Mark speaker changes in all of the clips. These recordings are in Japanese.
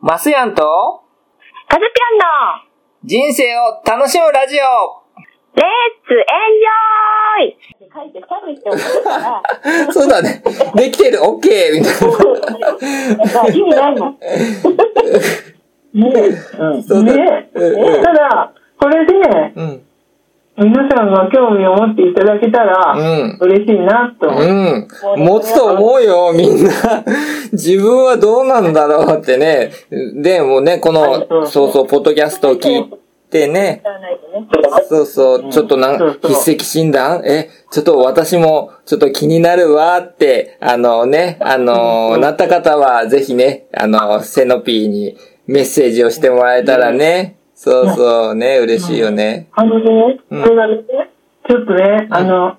Speaker 1: マスヤンと
Speaker 2: カズピョンの
Speaker 1: 人生を楽しむラジオ
Speaker 2: レッツエンジョイ書いて書くって思ったか ら、
Speaker 1: そうだね。できてる、オッケーみたいな。
Speaker 2: まあ意味ないもん。
Speaker 3: ねえ。
Speaker 1: そうだ
Speaker 3: ねえ
Speaker 1: うんうん
Speaker 3: ただ、これで、
Speaker 1: うん。
Speaker 3: 皆さんが興味を持っていただけたら、
Speaker 1: うん。
Speaker 3: 嬉しいなと。
Speaker 1: うん。持つと思うよ、みんな。自分はどうなんだろうってね。で、もうね、こ
Speaker 3: はいそう
Speaker 1: の、
Speaker 3: そう
Speaker 1: そうそう、ポッドキャストを聞いてね。
Speaker 2: 知らないとね。
Speaker 1: そうそう、ちょっとな
Speaker 3: そ
Speaker 1: ん
Speaker 3: う、そう
Speaker 1: 筆跡診断え、ちょっと私も、ちょっと気になるわって、あのね、あの、なった方は、ぜひね、あの、セノピーにメッセージをしてもらえたらね、そうそうね、嬉しいよね。
Speaker 3: あのね、
Speaker 1: うん
Speaker 3: これがね、ちょっとね、あの、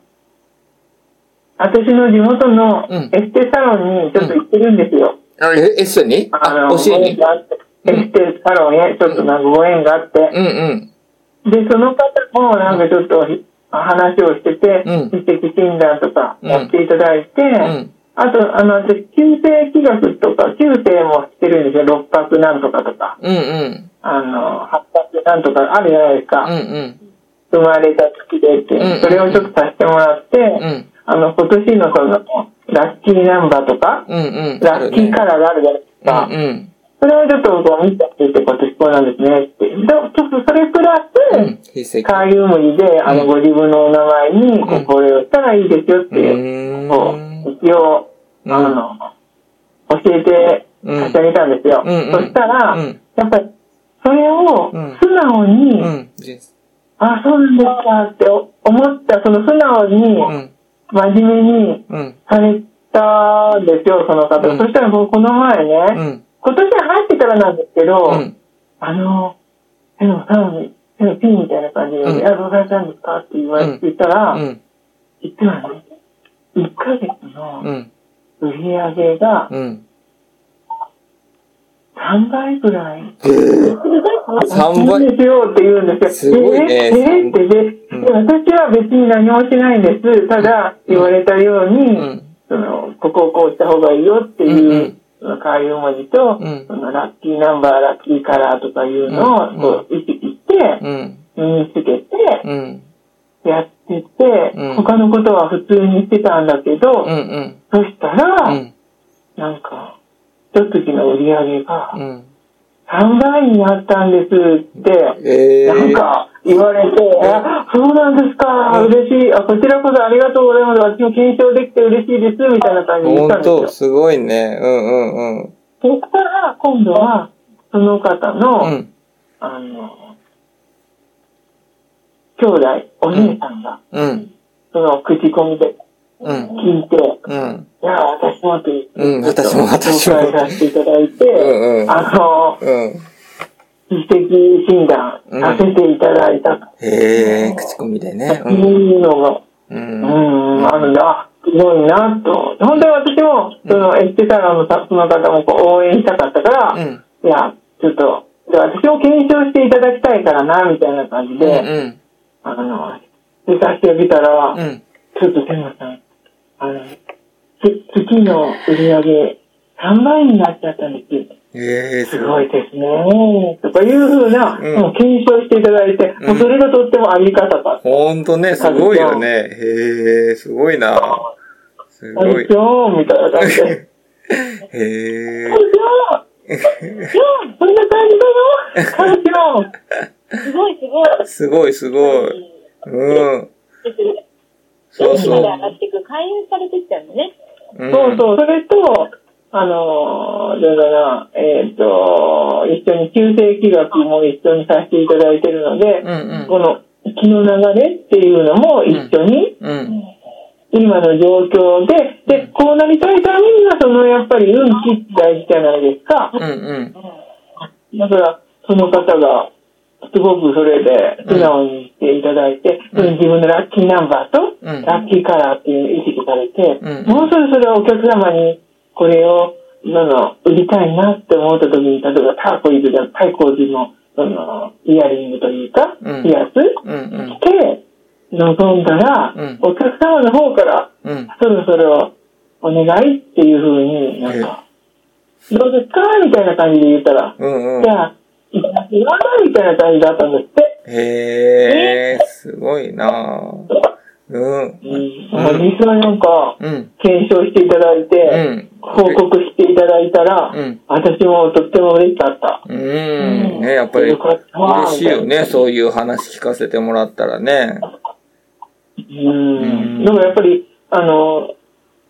Speaker 3: 私の地元の
Speaker 1: うん
Speaker 3: エステサロンにちょっと行ってるんですよ。
Speaker 1: あえ、エッセンに
Speaker 3: あ
Speaker 1: あ、
Speaker 3: の、
Speaker 1: 教え
Speaker 3: ご縁
Speaker 1: に
Speaker 3: があってエステサロンへちょっとなんかご縁があって、
Speaker 1: うんうん。
Speaker 3: で、その方もなんかちょっと話をしてて、
Speaker 1: うん
Speaker 3: 筆跡診断とかやっていただいて、
Speaker 1: ん
Speaker 3: あと、あの、私、旧世気学とか、旧世もしてるんですよ。六角なんとかとか、
Speaker 1: うんうん。
Speaker 3: あの、八角なんとかあるじゃないです
Speaker 1: うん
Speaker 3: か。
Speaker 1: うん。
Speaker 3: 生まれた月でって、
Speaker 1: うん
Speaker 3: それをちょっと足してもらって、
Speaker 1: ん
Speaker 3: あの、今年のその、ラッキーナンバーとか、
Speaker 1: うんうん。
Speaker 3: ラッキーカラーがあるじゃないですか。
Speaker 1: うんうん。
Speaker 3: それをちょっとこう見ちゃってて、今年こうなんですねって。で、ちょっとそれプラス、
Speaker 1: うん。筆跡。
Speaker 3: 開運無理で、あ
Speaker 1: う
Speaker 3: の、
Speaker 1: ん
Speaker 3: ご自分のお名前に、こうこれをしたらいいですよって
Speaker 1: う
Speaker 3: いう、
Speaker 1: ーん。
Speaker 3: こう、一応、
Speaker 1: うん
Speaker 3: あの、教えて差し上げたんですよ。
Speaker 1: うんうん
Speaker 3: そしたら、
Speaker 1: うん
Speaker 3: やっぱり、それを
Speaker 1: うん
Speaker 3: 素直に、
Speaker 1: うん。人生
Speaker 3: あ、そうなんですかって思った、その素直に、
Speaker 1: うん。
Speaker 3: 真面目に
Speaker 1: うん。
Speaker 3: されたんですよ、その方。
Speaker 1: うん
Speaker 3: そしたら僕、この前ね、
Speaker 1: うん。
Speaker 3: 今年入ってからなんですけど、
Speaker 1: うん。
Speaker 3: あの、手のサロンに、手のピンみたいな感じで、
Speaker 1: うん
Speaker 3: いや、どうされたんですかって言われ
Speaker 1: うん
Speaker 3: 言ったら、
Speaker 1: うん。
Speaker 3: 実はね、1ヶ月の
Speaker 1: うん。
Speaker 3: 売り上げが
Speaker 1: うん。
Speaker 3: 3倍ぐらい。
Speaker 1: 三倍
Speaker 3: いいんですよって言うんですよ。
Speaker 1: すごいね
Speaker 3: えーえーってで、
Speaker 1: うん
Speaker 3: で私は別に何もしないんです。ただ、言われたように、
Speaker 1: うん。
Speaker 3: その、ここをこうした方がいいよっていう、
Speaker 1: うんうん
Speaker 3: その開運文字と、
Speaker 1: うん
Speaker 3: そのラッキーナンバー、ラッキーカラーとかいうのを、
Speaker 1: うん
Speaker 3: こう、意識して、
Speaker 1: うん。
Speaker 3: 身につけて、
Speaker 1: うん。
Speaker 3: やってて、
Speaker 1: うん
Speaker 3: 他のことは普通にしてたんだけど、
Speaker 1: うん。うん。
Speaker 3: そしたら、
Speaker 1: うん。
Speaker 3: なんか、一時の売り上げが
Speaker 1: うん。
Speaker 3: 3倍になったんですって、
Speaker 1: ええ
Speaker 3: なんか言われて、あそうなんですか、
Speaker 1: うん
Speaker 3: 嬉しい、あ、こちらこそありがとうございます、私も検証できて嬉しいです、みたいな感じで言った
Speaker 1: 本
Speaker 3: んです
Speaker 1: 当。す
Speaker 3: よ
Speaker 1: ごいね。うんうんうん。
Speaker 3: そしたら、今度は、その方
Speaker 1: う
Speaker 3: の、
Speaker 1: ん。
Speaker 3: あの、兄弟、お姉さんが、
Speaker 1: うん。
Speaker 3: その口コミで
Speaker 1: うん。
Speaker 3: 聞いて、
Speaker 1: うん。
Speaker 3: いや、私もって
Speaker 1: うん私も私も
Speaker 3: 紹介させていただいて、
Speaker 1: うんうん
Speaker 3: あの、
Speaker 1: うん。
Speaker 3: 筆跡診断させていただいたっ
Speaker 1: ええ口コミでね。
Speaker 3: て
Speaker 1: う
Speaker 3: い
Speaker 1: ん。
Speaker 3: うのが、
Speaker 1: う。
Speaker 3: うんん、あるな、すごいなと。本当に私も、そのエステサロンのその方もこう応援したかったから、
Speaker 1: うん。
Speaker 3: いや、ちょっと、で私を検証していただきたいからな、みたいな感じ
Speaker 1: うん。
Speaker 3: で、
Speaker 1: うん。
Speaker 3: あの、出させてみたら、
Speaker 1: うん。
Speaker 3: ちょっと天野さん、あの、つ月の売り上げ3倍になっちゃったんですよ。
Speaker 1: ええ
Speaker 3: す
Speaker 1: す
Speaker 3: ご
Speaker 1: ごい。
Speaker 3: いですね。とかいうふうな、
Speaker 1: うん
Speaker 3: もう検証していただいて、
Speaker 1: うん
Speaker 3: もうそれがとってもありがたかっ
Speaker 1: ほんとね、すごいよね。へえ、すごいな。す
Speaker 3: た。あ
Speaker 1: ご
Speaker 3: れ
Speaker 1: い
Speaker 3: じ。ゃみたいな感 じで。よ
Speaker 1: へえ。
Speaker 3: ーそんな感じだよ感じの。
Speaker 2: すごいすご
Speaker 1: すご
Speaker 2: い。
Speaker 1: いすごい。うん。そう
Speaker 2: ま
Speaker 1: そ
Speaker 2: だ上がっていく。勧誘されてきたんだね。
Speaker 1: う。
Speaker 3: そうそう、それと、あのー、だから、えっ、と、一緒に旧世紀学も一緒にさせていただいてるので、
Speaker 1: うんうん
Speaker 3: この気の流れっていうのも一緒に、
Speaker 1: うん。うん。
Speaker 3: 今の状況で、で、こうなりたいためには、そのやっぱり運気って大事じゃないですか。
Speaker 1: うんうん。
Speaker 3: だから、その方が、すごくそれで素直にしていただいて、
Speaker 1: うん
Speaker 3: その自分のラッキーナンバーと、
Speaker 1: うん
Speaker 3: ラッキーカラーっていうのを意識されて、
Speaker 1: うん
Speaker 3: もうそろそろお客様にこれを、なんか売りたいなって思った時に、例えばターコイズだ、タイコイズの、その、イヤリングというか、
Speaker 1: うん
Speaker 3: ピアス、
Speaker 1: うんうん。
Speaker 3: して、臨んだら、
Speaker 1: うん
Speaker 3: お客様の方から、
Speaker 1: うん。
Speaker 3: そろそろお願いっていうふうになんか、どうですかみたいな感じで言ったら、
Speaker 1: うんうん
Speaker 3: じ。ゃあ、いただきますみたいな感じだったんですって。
Speaker 1: へえ、すごいなぁうん。
Speaker 3: うん、まあ実際なんか、
Speaker 1: うん。
Speaker 3: 検証していただいて、
Speaker 1: うん
Speaker 3: 報告していただいたら、
Speaker 1: うん
Speaker 3: 私もとっても嬉しかった。
Speaker 1: うん。ね、やっぱり
Speaker 3: よかったわ
Speaker 1: 嬉しいよ
Speaker 3: みたい
Speaker 1: ね、
Speaker 3: な
Speaker 1: そういう話聞かせてもらったらね。
Speaker 3: うん
Speaker 1: うん
Speaker 3: でもやっぱり、あの、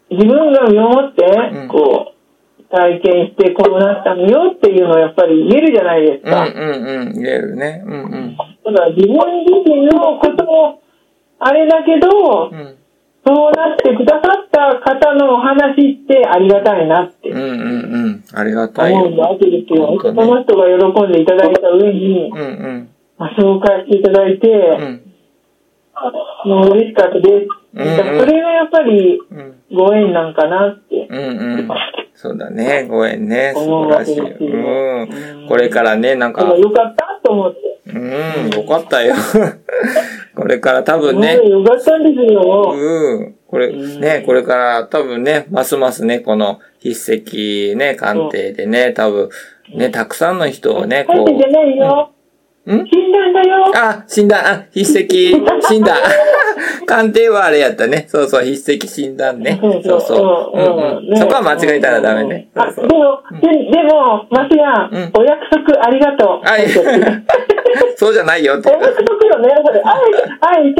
Speaker 3: 自分が身をもって
Speaker 1: ん、
Speaker 3: こう、体験してこうなったのよっていうのはやっぱり言えるじゃないです
Speaker 1: うんうん
Speaker 3: か。
Speaker 1: うん。言えるね。うんうん。
Speaker 3: ただ自分自身のことも、あれだけど、
Speaker 1: うん
Speaker 3: そうなってくださった方のお話ってありがたいなって
Speaker 1: うんうんうん。ありがたい
Speaker 3: 思う
Speaker 1: よ。
Speaker 3: わけですよ。
Speaker 1: 本当
Speaker 3: そ
Speaker 1: ね
Speaker 3: の人が喜んでいただいた上に
Speaker 1: う、んうん。
Speaker 3: まあ、紹介していただいて、
Speaker 1: うん
Speaker 3: もう嬉しかったです。
Speaker 1: うんうん
Speaker 3: だからそれがやっぱり
Speaker 1: うん。
Speaker 3: ご縁なんかなって。
Speaker 1: うんうん。そうだね。ご縁ね。素晴らしい。うん。これからね、なん
Speaker 3: だか、
Speaker 1: から
Speaker 3: よかったと思って。
Speaker 1: うん、よかったよ。 これから多分ね
Speaker 3: も、うよかったんですよ。
Speaker 1: うん、これ、ね、これから多分ね、ますますね、この筆跡ね、鑑定でね、多分、ね、たくさんの人をね、
Speaker 3: 書
Speaker 1: こ
Speaker 3: いてじゃないよ。
Speaker 1: う、ん
Speaker 3: 診断だよ。
Speaker 1: あ、診断、あ、筆跡、診断。 鑑定はあれやったね。そうそう、筆跡診断ね。そうそう。うんうん。そこは間違えたらダメね。
Speaker 3: あ、
Speaker 1: そ
Speaker 3: で
Speaker 1: うそう
Speaker 3: も、ででも、マスヤ
Speaker 1: うん
Speaker 3: ン、お約束ありがとう。
Speaker 1: あい そうじゃないよって
Speaker 3: お。約束よね、これ。 あえて、あえ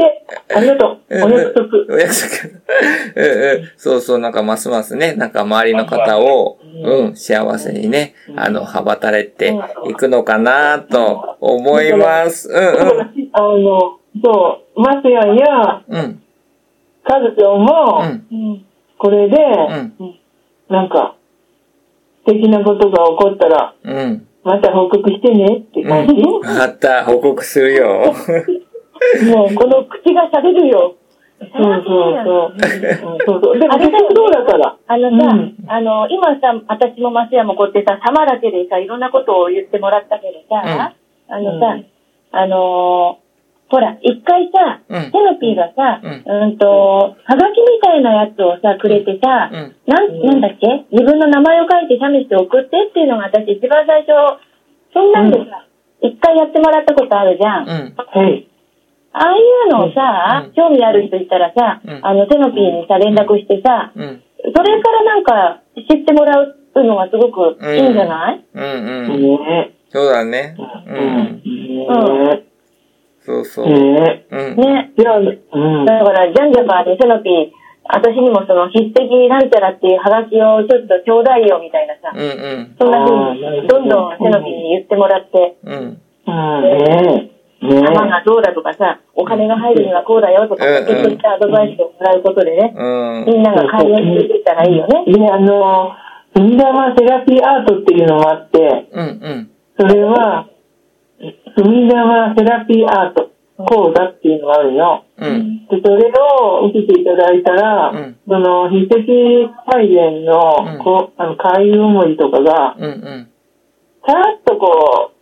Speaker 3: て、ありがとう。お約束。
Speaker 1: お約束。うんうん。そうそう、なんかますますね、なんか周りの方を、うん、幸せにね、あの、羽ばたれていくのかなと思います。うん
Speaker 3: だからあの、そう、マスヤンや、
Speaker 1: うん。うん。
Speaker 3: カズちゃんも、
Speaker 1: うん
Speaker 3: これで、
Speaker 1: ん
Speaker 3: なんか、素敵なことが起こったら、
Speaker 1: うん。
Speaker 3: また報告してねって
Speaker 1: う
Speaker 3: 感
Speaker 1: ん
Speaker 3: じ。。
Speaker 1: わかった。報告するよ。
Speaker 3: もう、この口が喋るよ。そうそうそう。うんそうそう。でも、結局そうだから。
Speaker 2: あのさ、
Speaker 3: うん
Speaker 2: あの、今さ、私も松山もこうやってさ、様だけでさ、いろんなことを言ってもらったけどさ、あのさ、
Speaker 3: うん
Speaker 2: あのーほら、一回さ、
Speaker 1: うん
Speaker 2: テノピーがさ、
Speaker 1: うん
Speaker 2: うん、と、はがきみたいなやつをさ、くれてさ、
Speaker 1: うん
Speaker 2: なん、なんだっけ自分の名前を書いて写メして送ってっていうのが私一番最初、そんなんでさ、一、回やってもらったことあるじゃん。
Speaker 1: う
Speaker 2: あ
Speaker 1: ん。
Speaker 3: はい。
Speaker 2: あいうのをさ、
Speaker 1: うん
Speaker 2: 興味ある人いたらさ、
Speaker 1: うん
Speaker 2: あの、テノピーにさ、連絡してさ、
Speaker 1: うん。
Speaker 2: それからなんか知ってもらうのはすごくいいんじゃない、
Speaker 1: うんうん。
Speaker 3: ね
Speaker 1: そうだね。
Speaker 3: え。
Speaker 1: うん。
Speaker 3: ね
Speaker 1: そうそ
Speaker 3: え。
Speaker 1: う。
Speaker 3: ねえ。
Speaker 1: うん。
Speaker 2: ね。
Speaker 3: じゃあ、うん。
Speaker 2: だから、ジャンジャバーでセノピー、私にもその筆跡なんちゃらっていうハガキをちょっとちょうだいよみたいなさ、
Speaker 1: うんうん。
Speaker 2: そんな風にどんどんセノピーに言ってもらって、
Speaker 1: うん。
Speaker 3: うんねえ。ね
Speaker 2: 玉がどうだとかさ、お金が入るにはこうだよとか、
Speaker 1: うん
Speaker 2: ちょっとしたアドバイスをもらうことでね、
Speaker 1: うん。
Speaker 2: みんなが会話していったらいいよね。
Speaker 3: え。で、あの、インダマセラピーアートっていうのもあって、
Speaker 1: うんうん。
Speaker 3: それは、墨玉セラピーアート講座っていうのがあるの。
Speaker 1: うん。
Speaker 3: で、それを受けていただいたら、
Speaker 1: うん
Speaker 3: その、筆跡改善
Speaker 1: うん
Speaker 3: の、こう、あの、回遊思いとかが、
Speaker 1: うんうん。
Speaker 3: さらっとこ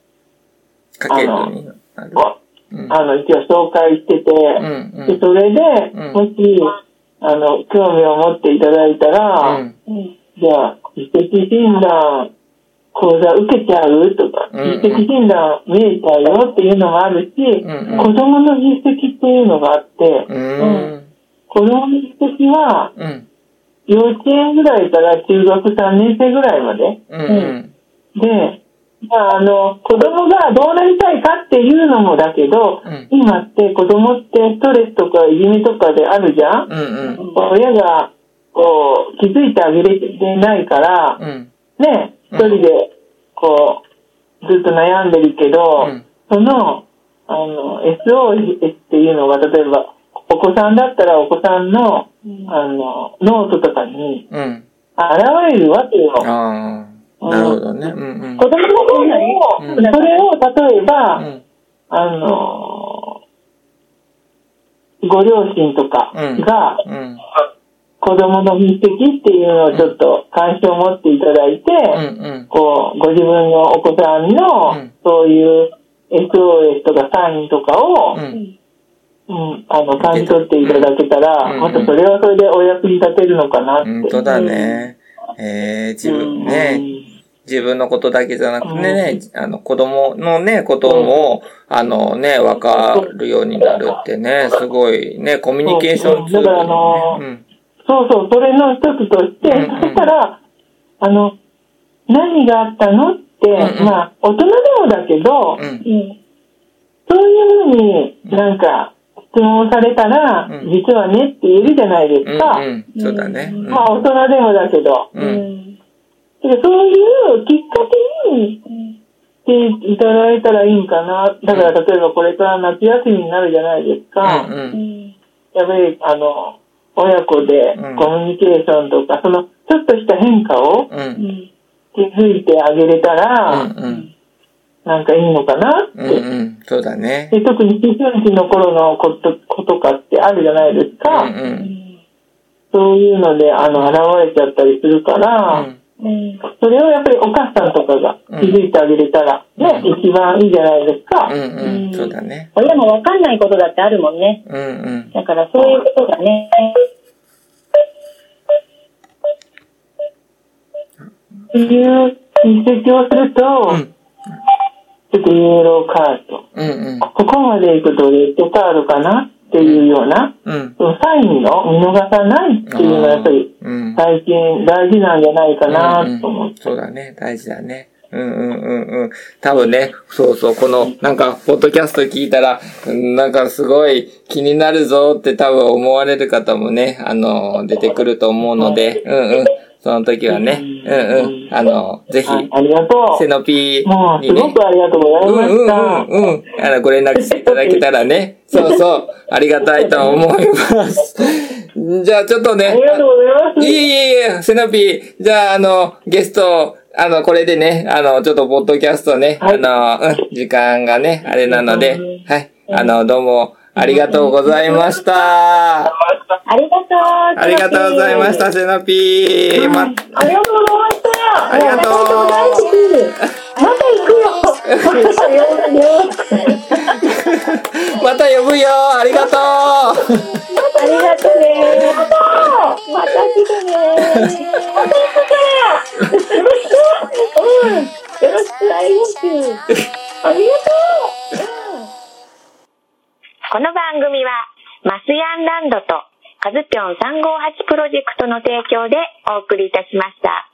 Speaker 1: かけるようにな
Speaker 3: う、
Speaker 1: る。
Speaker 3: こう
Speaker 1: うん。
Speaker 3: あの、一応紹介してて、
Speaker 1: うんうん
Speaker 3: で、それで、
Speaker 1: うん
Speaker 3: もし、あの、興味を持っていただいたら、
Speaker 1: うん。
Speaker 2: うん
Speaker 3: じゃあ、筆跡診断、講座受けちゃうとか、
Speaker 1: うんうん
Speaker 3: 筆跡診断見えちゃうよっていうのもあるし、
Speaker 1: んうん
Speaker 3: 子供の筆跡っていうのがあって、
Speaker 1: うん。
Speaker 3: 子供の筆跡は、
Speaker 1: うん。
Speaker 3: 幼稚園ぐらいから中学3年生ぐらいまで。
Speaker 1: うん。
Speaker 3: で、まあ、あの、子供がどうなりたいかっていうのもだけど、
Speaker 1: うん
Speaker 3: 今って子供ってストレスとかいじめとかであるじゃん、
Speaker 1: うんうん。
Speaker 3: 親が、こう、気づいてあげれてないから、
Speaker 1: うん。
Speaker 3: ね、
Speaker 1: うん
Speaker 3: 一人で、こう、ずっと悩んでるけど、
Speaker 1: うん
Speaker 3: その、あの、SOS っていうのが、例えば、お子さんだったらお子さんの、あの、ノートとかに
Speaker 1: うん。
Speaker 3: 現れるわけよ。
Speaker 1: ああ。なるほどね。うんうん
Speaker 3: 子供の方にも、
Speaker 1: うん
Speaker 3: それを例えば、
Speaker 1: うん。
Speaker 3: あのーご両親とかが、
Speaker 1: うん。
Speaker 3: 子供の筆跡っていうのをちょっと関心を持っていただいて、
Speaker 1: うんうん。
Speaker 3: こう、ご自分のお子さんの、
Speaker 1: うん
Speaker 3: そういう SOS とかサインとかを、
Speaker 1: う
Speaker 3: うん
Speaker 1: ん。
Speaker 3: あの、感じ取っていただけたら、
Speaker 1: うん
Speaker 3: またそれはそれでお役に立てるのかなって。
Speaker 1: 本当だね。ええ、自分ね。自分のことだけじゃなくてね、あの、子供のね、ことも、あのね、わかるようになるってね、すごいね、コミュニケーションツールだよね、
Speaker 3: そうそう、それの一つとして、
Speaker 1: うんうん
Speaker 3: そしたら、あの、何があったのっ
Speaker 1: う
Speaker 3: て、
Speaker 1: んうん
Speaker 3: まあ、大人でもだけど、
Speaker 1: うん。うん。
Speaker 2: うん。
Speaker 3: そういうふうになんか質問されたら、
Speaker 1: うん
Speaker 3: 実はねって言えるじゃないですか。
Speaker 1: うん。うん。そうだね。うん
Speaker 3: まあ、大人でもだけど。
Speaker 1: う。
Speaker 2: うんん。
Speaker 3: だからそういうきっかけに
Speaker 2: うん。
Speaker 3: していただいたらいいんかな。だから、
Speaker 1: うん
Speaker 3: 例えばこれから夏休みになるじゃないですか。
Speaker 1: うん。う。
Speaker 2: うんん。
Speaker 3: やっぱり、あの、親子で
Speaker 1: うん
Speaker 3: コミュニケーションとか、その、ちょっとした変化を
Speaker 1: う。
Speaker 2: うんん。
Speaker 3: 気づいてあげれたら、
Speaker 1: うん。
Speaker 3: なんかいいのかなって。
Speaker 1: うん。うん。そうだね。
Speaker 3: で特に思春期の頃のことことかってあるじゃないです
Speaker 1: う
Speaker 3: か。
Speaker 1: ん。う。
Speaker 2: うんん。
Speaker 3: そういうので、あの、現れちゃったりするから、
Speaker 2: うん。
Speaker 3: それをやっぱりお母さんとかが気づいてあげれたら、
Speaker 1: うん
Speaker 3: ね、一番いいじゃないですか。
Speaker 1: うん。うん。そうだね。
Speaker 2: 親もわかんないことだってあるもんね。
Speaker 1: うん。うん。
Speaker 2: だからそういうことがね。
Speaker 3: っていう実績をすると、
Speaker 1: うん。
Speaker 3: ちょっとイエローカード。
Speaker 1: うん。うん。
Speaker 3: ここまで行くとレッドカードかなっていうような、
Speaker 1: うん。
Speaker 3: そのサインの見逃さないっていうのはやっぱり
Speaker 1: うん。
Speaker 3: 最近大事なんじゃないかなと思って。
Speaker 1: そうだね。大事だね。うんうんうんうん。多分ね、そうそう、この、なんか、ポッドキャスト聞いたら、うんなんかすごい気になるぞって多分思われる方もね、あの、出てくると思うので、うんうん。その時はね、うんうん。あの、ぜひ、
Speaker 3: はい、ありがと
Speaker 1: セノピ
Speaker 3: う。も
Speaker 1: ー
Speaker 3: う、
Speaker 1: に
Speaker 3: すご
Speaker 1: ね、
Speaker 3: くありがとうござ
Speaker 1: う
Speaker 3: い
Speaker 1: んう
Speaker 3: ま
Speaker 1: ん
Speaker 3: した。
Speaker 1: うんうん。あの、ご連絡していただけたらね、そうそう、ありがたいと思います。じゃあちょっとね、
Speaker 3: ありがとうございます。
Speaker 1: いえいえいえ、セナピー。じゃあ、あの、ゲスト、あの、これでね、あの、ちょっと、ポッドキャストね、
Speaker 3: はい
Speaker 1: あの、うん、時間がね、あれなの
Speaker 3: う
Speaker 1: で
Speaker 3: ん、
Speaker 1: はい。あの、どうも、ありがとうございました。あ
Speaker 2: ありがとう。
Speaker 1: りがとうございまし。た、セナピー。ま、
Speaker 3: ありがとうございました。
Speaker 1: ありがとう
Speaker 3: ま た行くよ。またよ
Speaker 1: また呼ぶよありがとう
Speaker 2: ありがとうね。また来 てね。また行くから。よろしく。うん。よろしく。大丈夫。ありがとう。この番組は、マスヤンランドと、カズピョン358プロジェクトの提供でお送りいたしました。